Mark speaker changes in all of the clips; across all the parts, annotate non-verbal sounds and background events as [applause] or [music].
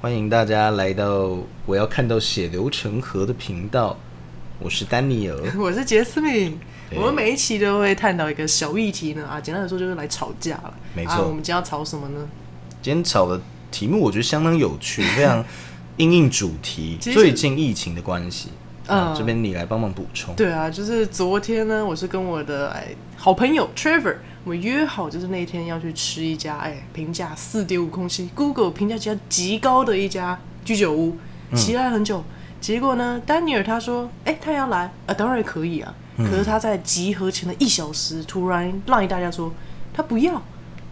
Speaker 1: 欢迎大家来到我要看到血流成河的频道，我是丹尼
Speaker 2: [laughs]
Speaker 1: 尔。
Speaker 2: 我是杰斯敏。
Speaker 1: 对
Speaker 2: 我们每一期都会探讨一个小议题呢啊，简单的说就是来吵架了。
Speaker 1: 没错
Speaker 2: 啊，我们今天要吵什么呢？
Speaker 1: 今天吵的题目我觉得相当有趣，非常应应主题。
Speaker 2: 其实
Speaker 1: 最近疫情的关系，啊
Speaker 2: 嗯
Speaker 1: 这边你来帮忙补充。
Speaker 2: 对啊，就是昨天呢，我是跟我的哎好朋友 Trevor，我们约好就是那天要去吃一家哎评价四点五空星 Google 评价极极高的一家居酒屋，
Speaker 1: 嗯
Speaker 2: 期待很久。结果呢，丹尼尔他说，哎、他要来啊，当然可以啊。
Speaker 1: 嗯
Speaker 2: 可是他在集合前的一小时，突然让大家说他不要，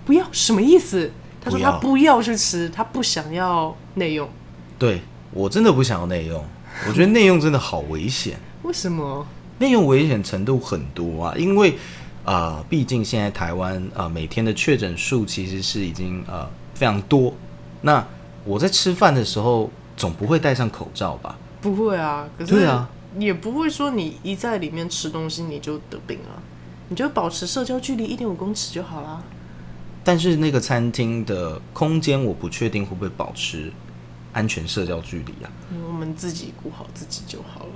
Speaker 2: 不要什么意思？他说
Speaker 1: 不要
Speaker 2: 他不要去吃，他不想要内用，
Speaker 1: 对我真的不想要内
Speaker 2: [laughs]
Speaker 1: 用，我觉得内用真的好危险，
Speaker 2: 为什么？
Speaker 1: 内用危险程度很多啊，因为啊、毕竟现在台湾啊、每天的确诊数其实是已经呃非常多。那我在吃饭的时候总不会戴上口罩吧？
Speaker 2: 不会啊，可
Speaker 1: 对
Speaker 2: 是
Speaker 1: 啊
Speaker 2: 也不会说你一在里面吃东西你就得病了，你就保持社交距离一点五公尺就好啦。
Speaker 1: 但是那个餐厅的空间，我不确定会不会保持安全社交距离啊。
Speaker 2: 嗯我们自己顾好自己就好了。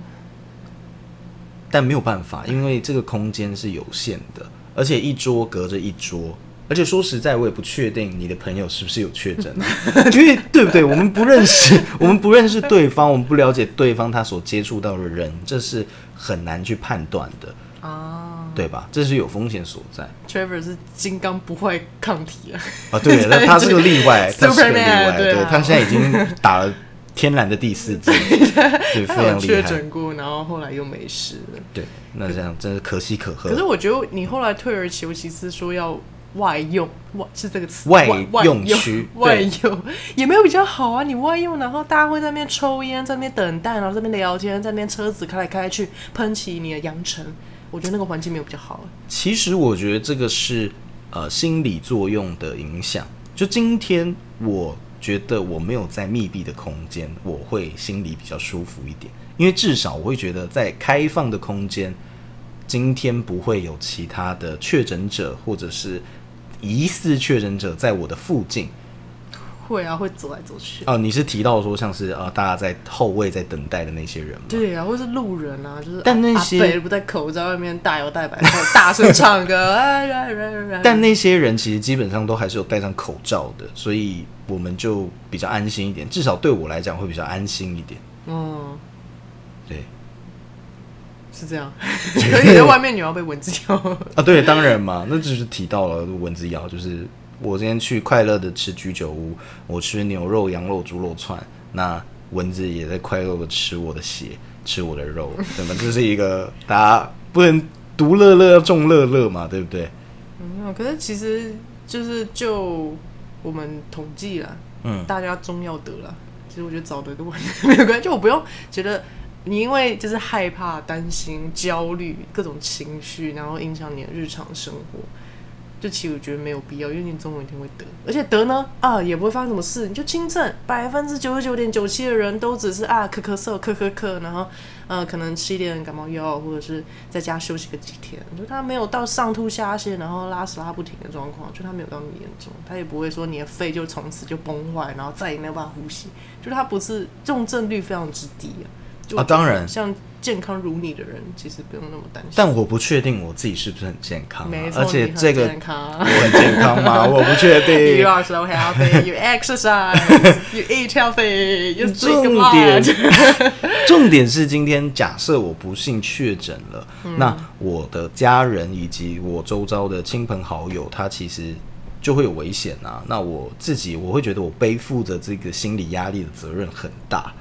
Speaker 1: 但没有办法，因为这个空间是有限的，而且一桌隔着一桌。而且说实在，我也不确定你的朋友是不是有确诊、啊， [laughs] 因为对不对？我们不认识，我们不认识对方，我们不了解对方他所接触到的人，这是很难去判断的，
Speaker 2: 啊
Speaker 1: 对吧？这是有风险所在
Speaker 2: ，Trevor 是金刚不坏抗体啊，
Speaker 1: 啊。对，
Speaker 2: [laughs]
Speaker 1: 那他是个例外，他是个例
Speaker 2: Superman，
Speaker 1: 外，
Speaker 2: 对啊
Speaker 1: 对他现在已经打了天然的第四针，
Speaker 2: [laughs]
Speaker 1: 对，非
Speaker 2: 他有
Speaker 1: 常厉
Speaker 2: 确
Speaker 1: 害。
Speaker 2: 诊过，然后后来又没事了。
Speaker 1: 对，那这样真是可喜可贺。
Speaker 2: 可是我觉得你后来退而求其次，说要外用，外是这个词，
Speaker 1: 外
Speaker 2: 外
Speaker 1: 用
Speaker 2: [laughs]
Speaker 1: 区对
Speaker 2: 外用也没有比较好啊。你外用，然后大家会在那边抽烟，在那边等待，然后在那边聊天，在那边车子开来开去，喷起你的扬尘，我觉得那个环境没有比较好。
Speaker 1: 其实我觉得这个是呃心理作用的影响。就今天，我觉得我没有在密闭的空间，我会心里比较舒服一点，因为至少我会觉得在开放的空间，今天不会有其他的确诊者或者是疑似确诊者在我的附近。
Speaker 2: 会啊，会走来走去。
Speaker 1: 哦、你是提到说像是呃大家在后位在等待的那些人吗？
Speaker 2: 对啊，或是路人啊，就是
Speaker 1: 但那
Speaker 2: 阿
Speaker 1: 些
Speaker 2: 阿伯不戴口罩，外面大摇大摆，然后大声
Speaker 1: [laughs]
Speaker 2: 唱歌，哎哎哎哎
Speaker 1: 但那些人其实基本上都还是有戴上口罩的，所以我们就比较安心一点，至少对我来讲会比较安心一点。
Speaker 2: 嗯，
Speaker 1: 对
Speaker 2: 是这
Speaker 1: [laughs]
Speaker 2: 样。可是你在外面，你要被蚊子咬。
Speaker 1: 啊，对，当然嘛，那就是提到了蚊子咬，就是我今天去快乐的吃居酒屋，我吃牛肉、羊肉、猪肉串，那蚊子也在快乐的吃我的血，吃我的肉，对吗？这是一个大家不能独乐乐要众乐乐嘛，对不对？
Speaker 2: 没有，可是其实就是就我们统计啦，
Speaker 1: 嗯
Speaker 2: 大家中药得啦，其实我觉得早得跟晚得没有关系，就我不用觉得你因为就是害怕、担心、焦虑各种情绪，然后影响你的日常生活。就其实我觉得没有必要，因为你总有一天会得，而且得呢啊也不会发生什么事，你就轻症，百分之九十九点九七的人都只是啊咳咳嗽咳咳咳，然后呃可能吃一点感冒药，或者是在家休息个几天，就他没有到上吐下泻，然后拉屎拉不停的状况，就他没有到那么严重，他也不会说你的肺就从此就崩坏，然后再也没有办法呼吸，就他不是重症率非常之低啊。就
Speaker 1: 啊，当然，
Speaker 2: 像健康如你的人，其实不用那么担心。
Speaker 1: 但我不确定我自己是不是很健康啊、
Speaker 2: 没错，
Speaker 1: 而且
Speaker 2: 你很
Speaker 1: 这个
Speaker 2: 健康
Speaker 1: 我很健康 [laughs] 吗？我不确定
Speaker 2: You。are so healthy.
Speaker 1: [laughs]
Speaker 2: You exercise. You eat healthy. You
Speaker 1: 重
Speaker 2: drink a lot.
Speaker 1: 点 [laughs] 重点是今天假设我不幸确诊了，嗯那我的家人以及我周遭的亲朋好友，他其实就会有危险啊。那我自己我会觉得我背负着这个心理压力的责任很大，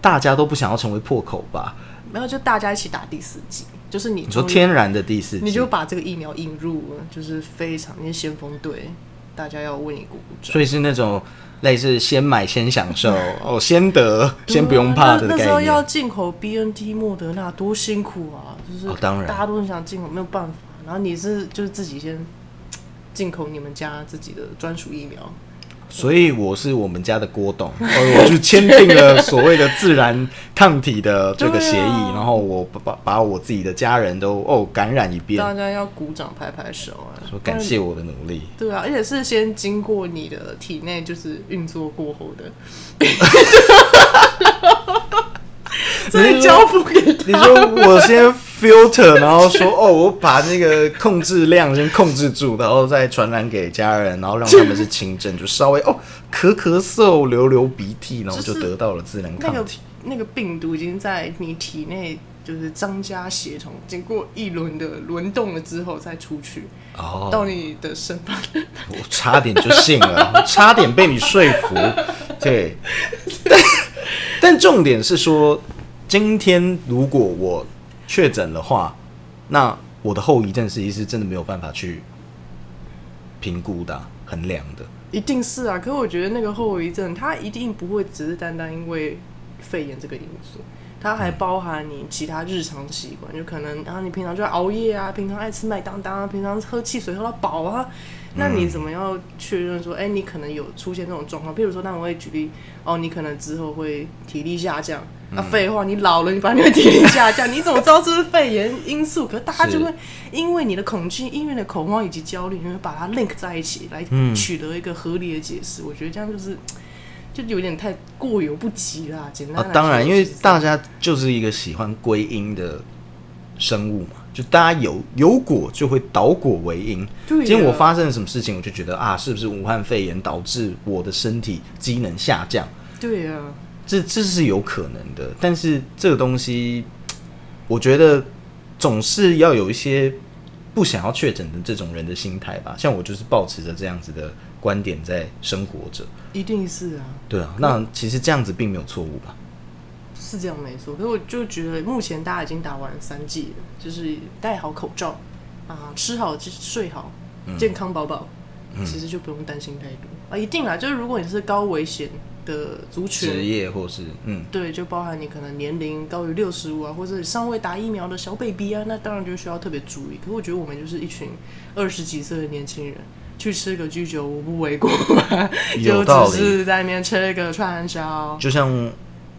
Speaker 1: 大家都不想要成为破口吧？
Speaker 2: 没有，就大家一起打第四剂，就是你
Speaker 1: 哦你说
Speaker 2: 终于
Speaker 1: 天然的第四季，
Speaker 2: 你就把这个疫苗引入了，就是非常你是先锋队，大家要为你鼓鼓掌。
Speaker 1: 所以是那种类似先买先享受哦，先得先不用怕的
Speaker 2: 嗯啊那那
Speaker 1: 概
Speaker 2: 时候要
Speaker 1: 念。
Speaker 2: 进口 B N T 莫德纳多辛苦啊！就是、
Speaker 1: 哦当然
Speaker 2: 大家都很想进口，没有办法。然后你是就是自己先进口你们家自己的专属疫苗，
Speaker 1: 所以我是我们家的郭董，呃我就签订了所谓的自然抗体的这个协议，
Speaker 2: 对啊
Speaker 1: 然后我把把把我自己的家人都哦感染一遍，
Speaker 2: 大家要鼓掌拍拍手啊，
Speaker 1: 说感谢我的努力。
Speaker 2: 对啊，而且是先经过你的体内就是运作过后 [laughs] 的，再交付给
Speaker 1: 你说我先 filter，然后说哦，我把那个控制量先控制住，然后再传染给家人，然后让他们是轻症，就稍微哦咳咳嗽、流流鼻涕，然后就
Speaker 2: 就是
Speaker 1: 得到了自然
Speaker 2: 那
Speaker 1: 抗
Speaker 2: 个
Speaker 1: 体。
Speaker 2: 那个病毒已经在你体内就是张家协同，经过一轮的轮动了之后再出去，到
Speaker 1: 哦，
Speaker 2: 你的身旁。
Speaker 1: 我差点就信了， [laughs] 我差点被你说服。对，但但重点是说，今天如果我确诊的话，那我的后遗症实际是真的没有办法去评估的啊、衡量的。
Speaker 2: 一定是啊，可我觉得那个后遗症，它一定不会只是单单因为肺炎这个因素，它还包含你其他日常习惯，就可能啊，你平常就熬夜啊，平常爱吃麦当当啊，平常喝汽水喝到饱啊，那
Speaker 1: 嗯
Speaker 2: 你怎么样确认说，哎、你可能有出现这种状况？譬如说，那我会举例，哦，你可能之后会体力下降。
Speaker 1: 嗯
Speaker 2: 啊，废话，你老了，你把你的体力下降，你怎么知道这是肺炎因素？可是大家
Speaker 1: 是
Speaker 2: 就会因为你的恐惧、因为你的恐慌以及焦虑，你会把它 link 在一起来
Speaker 1: 嗯
Speaker 2: 取得一个合理的解释。我觉得这样就是就有点太过犹不及啦。简单来
Speaker 1: 啊
Speaker 2: 说、，
Speaker 1: 当然，因为
Speaker 2: 就是这样
Speaker 1: 大家就是一个喜欢归因的生物嘛，就大家有有果就会倒果为因。
Speaker 2: 对啊
Speaker 1: 今天我发生了什么事情，我就觉得啊，是不是武汉肺炎导致我的身体机能下降？
Speaker 2: 对啊，
Speaker 1: 这这是有可能的，但是这个东西，我觉得总是要有一些不想要确诊的这种人的心态吧。像我就是保持着这样子的观点在生活着，
Speaker 2: 一定是啊，
Speaker 1: 对啊，那其实这样子并没有错误吧？
Speaker 2: 是这样没错。可是我就觉得目前大家已经打完三剂了，就是戴好口罩啊，吃好睡好，
Speaker 1: 嗯
Speaker 2: 健康宝宝，其实就不用担心太多啊。一定啦，就是如果你是高危险的族
Speaker 1: 职
Speaker 2: 群。
Speaker 1: 业或是嗯。
Speaker 2: 对，就包含你可能年龄高于六十五啊，或者尚未打疫苗的小 baby 啊，那当然就需要特别注意。可我觉得我们就是一群二十几岁的年轻人，去吃个居酒屋不为过吧？
Speaker 1: 有
Speaker 2: 就
Speaker 1: 道理
Speaker 2: 只是在那边吃个串烧，
Speaker 1: 就像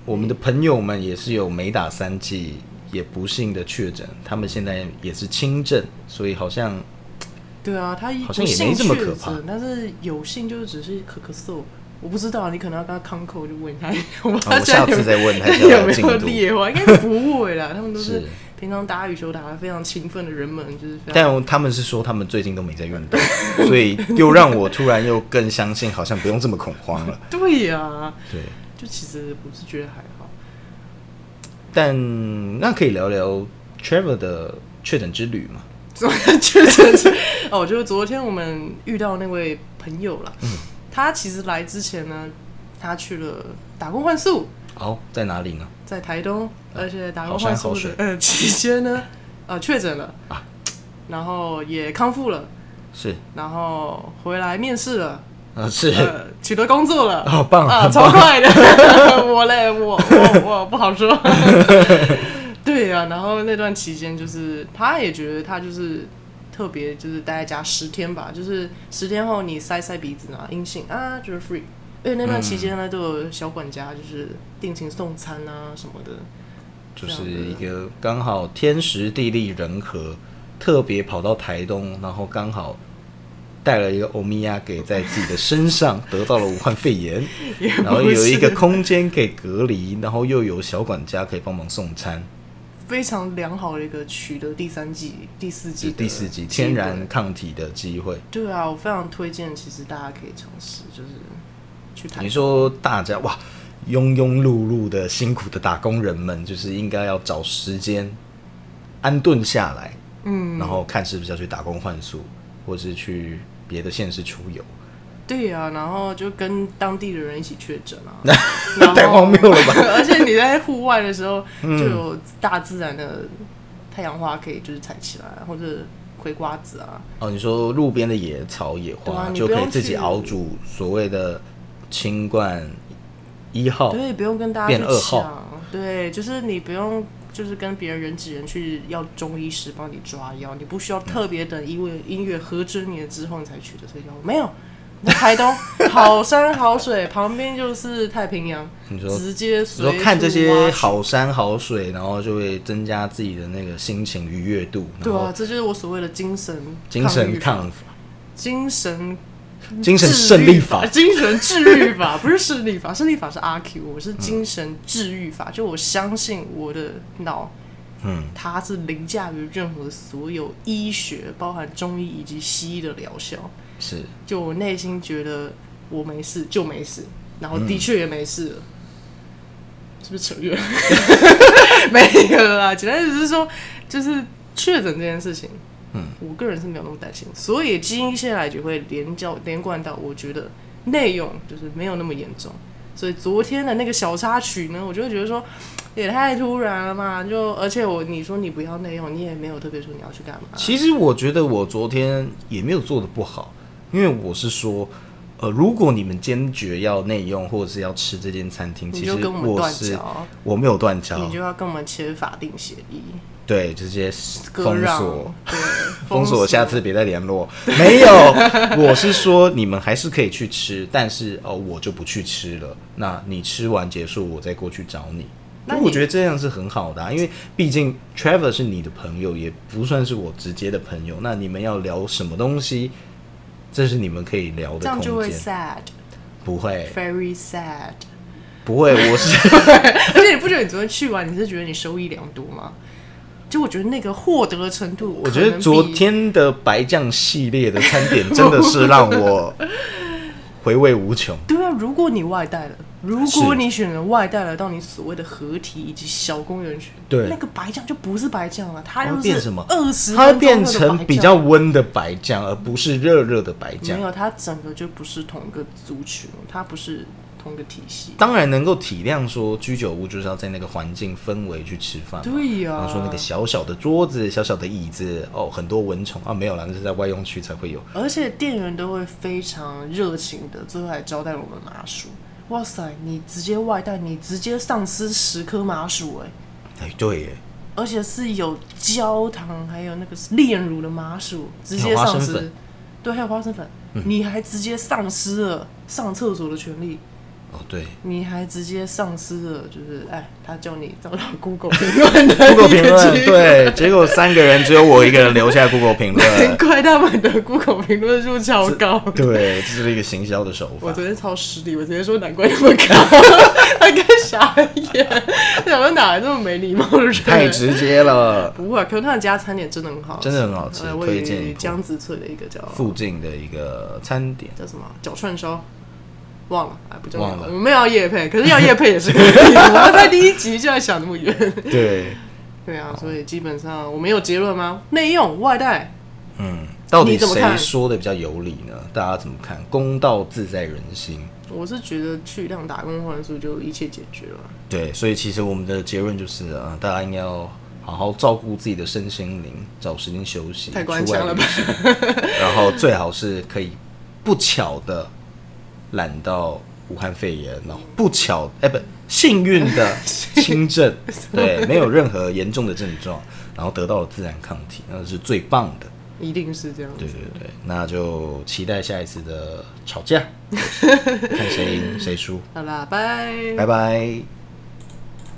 Speaker 1: 我们的朋友们也是有没打三剂，也不幸的确诊，他们现在也是轻症，所以好像
Speaker 2: 对啊，他
Speaker 1: 好像也没这么可怕
Speaker 2: 不幸确诊但是有幸就是只是咳咳嗽，我不知道，你可能要跟他康口就问他，
Speaker 1: [laughs]
Speaker 2: 我不知道
Speaker 1: 啊我
Speaker 2: 现在
Speaker 1: 下
Speaker 2: 有
Speaker 1: 次再问
Speaker 2: [laughs]
Speaker 1: 他一下
Speaker 2: 有没
Speaker 1: 进度
Speaker 2: 有裂化，应该是不
Speaker 1: [laughs]
Speaker 2: 会啦，他们都是
Speaker 1: 是。
Speaker 2: 平常打羽球打得非常勤奋的人们，就是非常。
Speaker 1: 但他们是说他们最近都没在运动， [laughs] 所以又让我突然又更相信，好像不用这么恐慌了。
Speaker 2: 对呀、
Speaker 1: 对，
Speaker 2: 就其实我是觉得还好。 [laughs]
Speaker 1: 但那可以聊聊 Trevor 的确诊之旅嘛？
Speaker 2: 昨天确诊是 [laughs] 哦，就是昨天我们遇到那位朋友了，
Speaker 1: 嗯
Speaker 2: 他其实来之前呢，他去了打工换宿，
Speaker 1: 哦，在哪里呢？
Speaker 2: 在台东，而且打工
Speaker 1: 好山
Speaker 2: 换
Speaker 1: 好
Speaker 2: 宿
Speaker 1: 水
Speaker 2: 的呃 [laughs] 期间呢，呃确诊了
Speaker 1: 啊
Speaker 2: 然后也康复了，
Speaker 1: 是，
Speaker 2: 然后回来面试了，
Speaker 1: 呃，是，
Speaker 2: 呃取得工作了，
Speaker 1: 好哦棒
Speaker 2: 啊、
Speaker 1: 很棒
Speaker 2: 超快的，
Speaker 1: [laughs]
Speaker 2: 我嘞我我我不好说，对呀、然后那段期间就是他也觉得他就是。特别就是待在家十天吧，就是十天后你塞塞鼻子呢，阴性啊，就是 free。而且那段期间呢，都有小管家就是定期送餐啊什么的，
Speaker 1: 就是一个刚好天时地利人和，特别跑到台东，然后刚好带了一个欧米亚给在自己的身上，得到了武汉肺炎，
Speaker 2: [laughs] 也
Speaker 1: 然后
Speaker 2: 不
Speaker 1: 有一
Speaker 2: 是
Speaker 1: 个空间可以隔离，然后又有小管家可以帮忙送餐，
Speaker 2: 非常良好的一个取得第三季、第四季
Speaker 1: 是
Speaker 2: 的
Speaker 1: 第四集
Speaker 2: 机会
Speaker 1: 天然。抗体的机会。
Speaker 2: 对啊，我非常推荐，其实大家可以尝试，就是去谈
Speaker 1: 你。说大家哇，庸庸碌碌的辛苦的打工人们，就是应该要找时间安顿下来，
Speaker 2: 嗯，
Speaker 1: 然后看是不是要去打工换宿，或是去别的县市出游，
Speaker 2: 对啊，然后就跟当地的人一起确诊
Speaker 1: [laughs]
Speaker 2: 啊，然后
Speaker 1: 太荒谬了吧？
Speaker 2: [laughs]
Speaker 1: 嗯
Speaker 2: 而且你在户外的时候，就有大自然的太阳花可以就是采起来，啊或者葵瓜子啊，
Speaker 1: 哦，你说路边的野草野
Speaker 2: 对
Speaker 1: 花、
Speaker 2: 啊你
Speaker 1: 就
Speaker 2: 不
Speaker 1: 可以
Speaker 2: 用
Speaker 1: 自己
Speaker 2: 去
Speaker 1: 熬煮所谓的清冠一号，
Speaker 2: 对，不用跟大家
Speaker 1: 变
Speaker 2: 去
Speaker 1: 二
Speaker 2: 抢
Speaker 1: 号，
Speaker 2: 对，就是你不用就是跟别人人挤人去要中医师
Speaker 1: 嗯
Speaker 2: 帮你抓药，你不需要特别等因为音乐合针你了之后你才取得这个药，没有，台东好山好水，旁边就是太平洋，
Speaker 1: 你说
Speaker 2: 直接
Speaker 1: 你
Speaker 2: 随
Speaker 1: 说看这
Speaker 2: 处
Speaker 1: 些
Speaker 2: 挖
Speaker 1: 好山好水，然后就会增加自己的那个心情愉悦度，然
Speaker 2: 对
Speaker 1: 后
Speaker 2: 啊，这就是我所谓的精神
Speaker 1: 精神
Speaker 2: 抗
Speaker 1: 抗
Speaker 2: 御
Speaker 1: 法
Speaker 2: 精神
Speaker 1: 精神
Speaker 2: 治
Speaker 1: 胜利
Speaker 2: 愈
Speaker 1: 法
Speaker 2: 精神治愈法不是胜利法，胜利法是阿 Q，我是
Speaker 1: 嗯
Speaker 2: 精神治愈法，就我相信我的脑，
Speaker 1: 嗯，
Speaker 2: 它是凌驾于任何所有医学，包含中医以及西医的疗效。
Speaker 1: 是
Speaker 2: 就我内心觉得我没事就没事，然后
Speaker 1: 嗯
Speaker 2: 的确也没事了，是不是扯
Speaker 1: [laughs]
Speaker 2: 远？没有啦，简单只是说，就是确诊这件事情，
Speaker 1: 嗯，
Speaker 2: 我个人是没有那么担心，所以基因下来就会连叫连贯到，我觉得内容就是没有那么严重。所以昨天的那个小插曲呢，我就会觉得说也太突然了嘛，就而且我你说你不要内用，你也没有特别说你要去干嘛，
Speaker 1: 其实我觉得我昨天也没有做的不好，因为我是说，呃，如果你们坚决要内用或者是要吃这间餐厅，
Speaker 2: 你
Speaker 1: 其
Speaker 2: 就
Speaker 1: 实
Speaker 2: 跟我们断
Speaker 1: 是
Speaker 2: 交，
Speaker 1: 我没有断交
Speaker 2: 你，就要跟我们签法定协议。
Speaker 1: 对，直接
Speaker 2: 割
Speaker 1: 封 [laughs]
Speaker 2: 让，
Speaker 1: 锁。
Speaker 2: 对，
Speaker 1: 封锁，下次别再联络。没有，我是说你们还是可以去吃，但是哦，我就不去吃了。那你吃完结束，我再过去找你。
Speaker 2: 那
Speaker 1: 那
Speaker 2: 你
Speaker 1: 我觉得这样是很好的啊、因为毕竟 Trevor 是你的朋友，也不算是我直接的朋友。那你们要聊什么东西，这是你们可以聊
Speaker 2: 这
Speaker 1: 的
Speaker 2: 样就
Speaker 1: 空
Speaker 2: 会
Speaker 1: 间。
Speaker 2: sad，very
Speaker 1: 不会，
Speaker 2: sad。 [laughs]
Speaker 1: 不会，我是
Speaker 2: 而且你不觉得你昨天去完，你是觉得你收益良多吗？就我觉得那个获得程度
Speaker 1: 我
Speaker 2: 可能比，
Speaker 1: 觉得昨天的白酱系列的餐点真的是让我回味无穷。
Speaker 2: 对啊，如果你外带了，如果
Speaker 1: 是
Speaker 2: 你选了外带来到你所谓的合体以及小公园区，
Speaker 1: 对
Speaker 2: 那个白酱就不是白酱了，它
Speaker 1: 它
Speaker 2: 又
Speaker 1: 会
Speaker 2: 是
Speaker 1: 变什么
Speaker 2: 二十，
Speaker 1: 它会变成比较温的白酱，而不是热热的白酱
Speaker 2: 没。有，它整个就不是同一个族群，它不是同一个体系。
Speaker 1: 当然能够体谅说居酒屋就是要在那个环境氛围去吃饭嘛。
Speaker 2: 对啊呀、
Speaker 1: 啊然后说那个小小的桌子、小小的椅子，哦，很多蚊虫啊，没有啦，那是在外用区才会有。
Speaker 2: 而且店员都会非常热情的，最后来招待我们麻薯。哇塞，你直接外带，你直接丧失十颗麻薯哎、
Speaker 1: 哎，对耶，
Speaker 2: 而且是有焦糖，还有那个炼乳的麻薯，直接
Speaker 1: 还有花
Speaker 2: 丧
Speaker 1: 生
Speaker 2: 失
Speaker 1: 粉。嗯
Speaker 2: 对，还有花生粉，你还直接丧失了上厕所的权利，
Speaker 1: 哦
Speaker 2: [laughs]
Speaker 1: 对，
Speaker 2: 你还直接丧失了，就是哎，他叫你
Speaker 1: [laughs]
Speaker 2: 找到 Google 评论的
Speaker 1: Google
Speaker 2: 一个
Speaker 1: 评论，
Speaker 2: 机会，
Speaker 1: 对，结果三个人只有我一个人留下
Speaker 2: [laughs]
Speaker 1: Google 评
Speaker 2: 难
Speaker 1: 论，
Speaker 2: 怪他们的 Google 评论数超高。
Speaker 1: 对，这是一个行销的手
Speaker 2: 我
Speaker 1: 法
Speaker 2: 昨。天超失礼，我直接说难怪那么高，他跟傻眼，想说哪来这么没礼貌的人？
Speaker 1: 太直接了，
Speaker 2: 不会、啊，可是他的家餐点真的很好吃，
Speaker 1: 真的很好吃
Speaker 2: 呃位
Speaker 1: 推荐
Speaker 2: 于
Speaker 1: 一波
Speaker 2: 江子翠的一个叫
Speaker 1: 附近的一个餐点。
Speaker 2: 叫什么脚串烧。忘了，哎，不重要
Speaker 1: 忘了
Speaker 2: 我们要叶配，可是要叶配也是可以的。我在第一集就在想那么远。
Speaker 1: 对，[laughs]
Speaker 2: 对啊，所以基本上我们有结论吗？内用外带，
Speaker 1: 嗯，到底
Speaker 2: 你怎么
Speaker 1: 谁
Speaker 2: 看
Speaker 1: 说的比较有理呢？大家怎么看？公道自在人心。
Speaker 2: 我是觉得去一趟打工换宿就一切解决了。
Speaker 1: 对，所以其实我们的结论就是，呃，大家应该要好好照顾自己的身心灵，找时间休息，
Speaker 2: 太官腔了吧
Speaker 1: 出外旅 [laughs] 行？然后最好是可以不巧的懒到武汉肺炎，然后 [laughs] 不巧哎、不幸运 [laughs] 的轻症，对，没有任何严重的症状，然后得到了自然抗体，那是最棒的。
Speaker 2: 一定是这样子
Speaker 1: 对。对对，那就期待下一次的吵架，看谁赢谁输。
Speaker 2: 好啦，拜。
Speaker 1: 拜拜。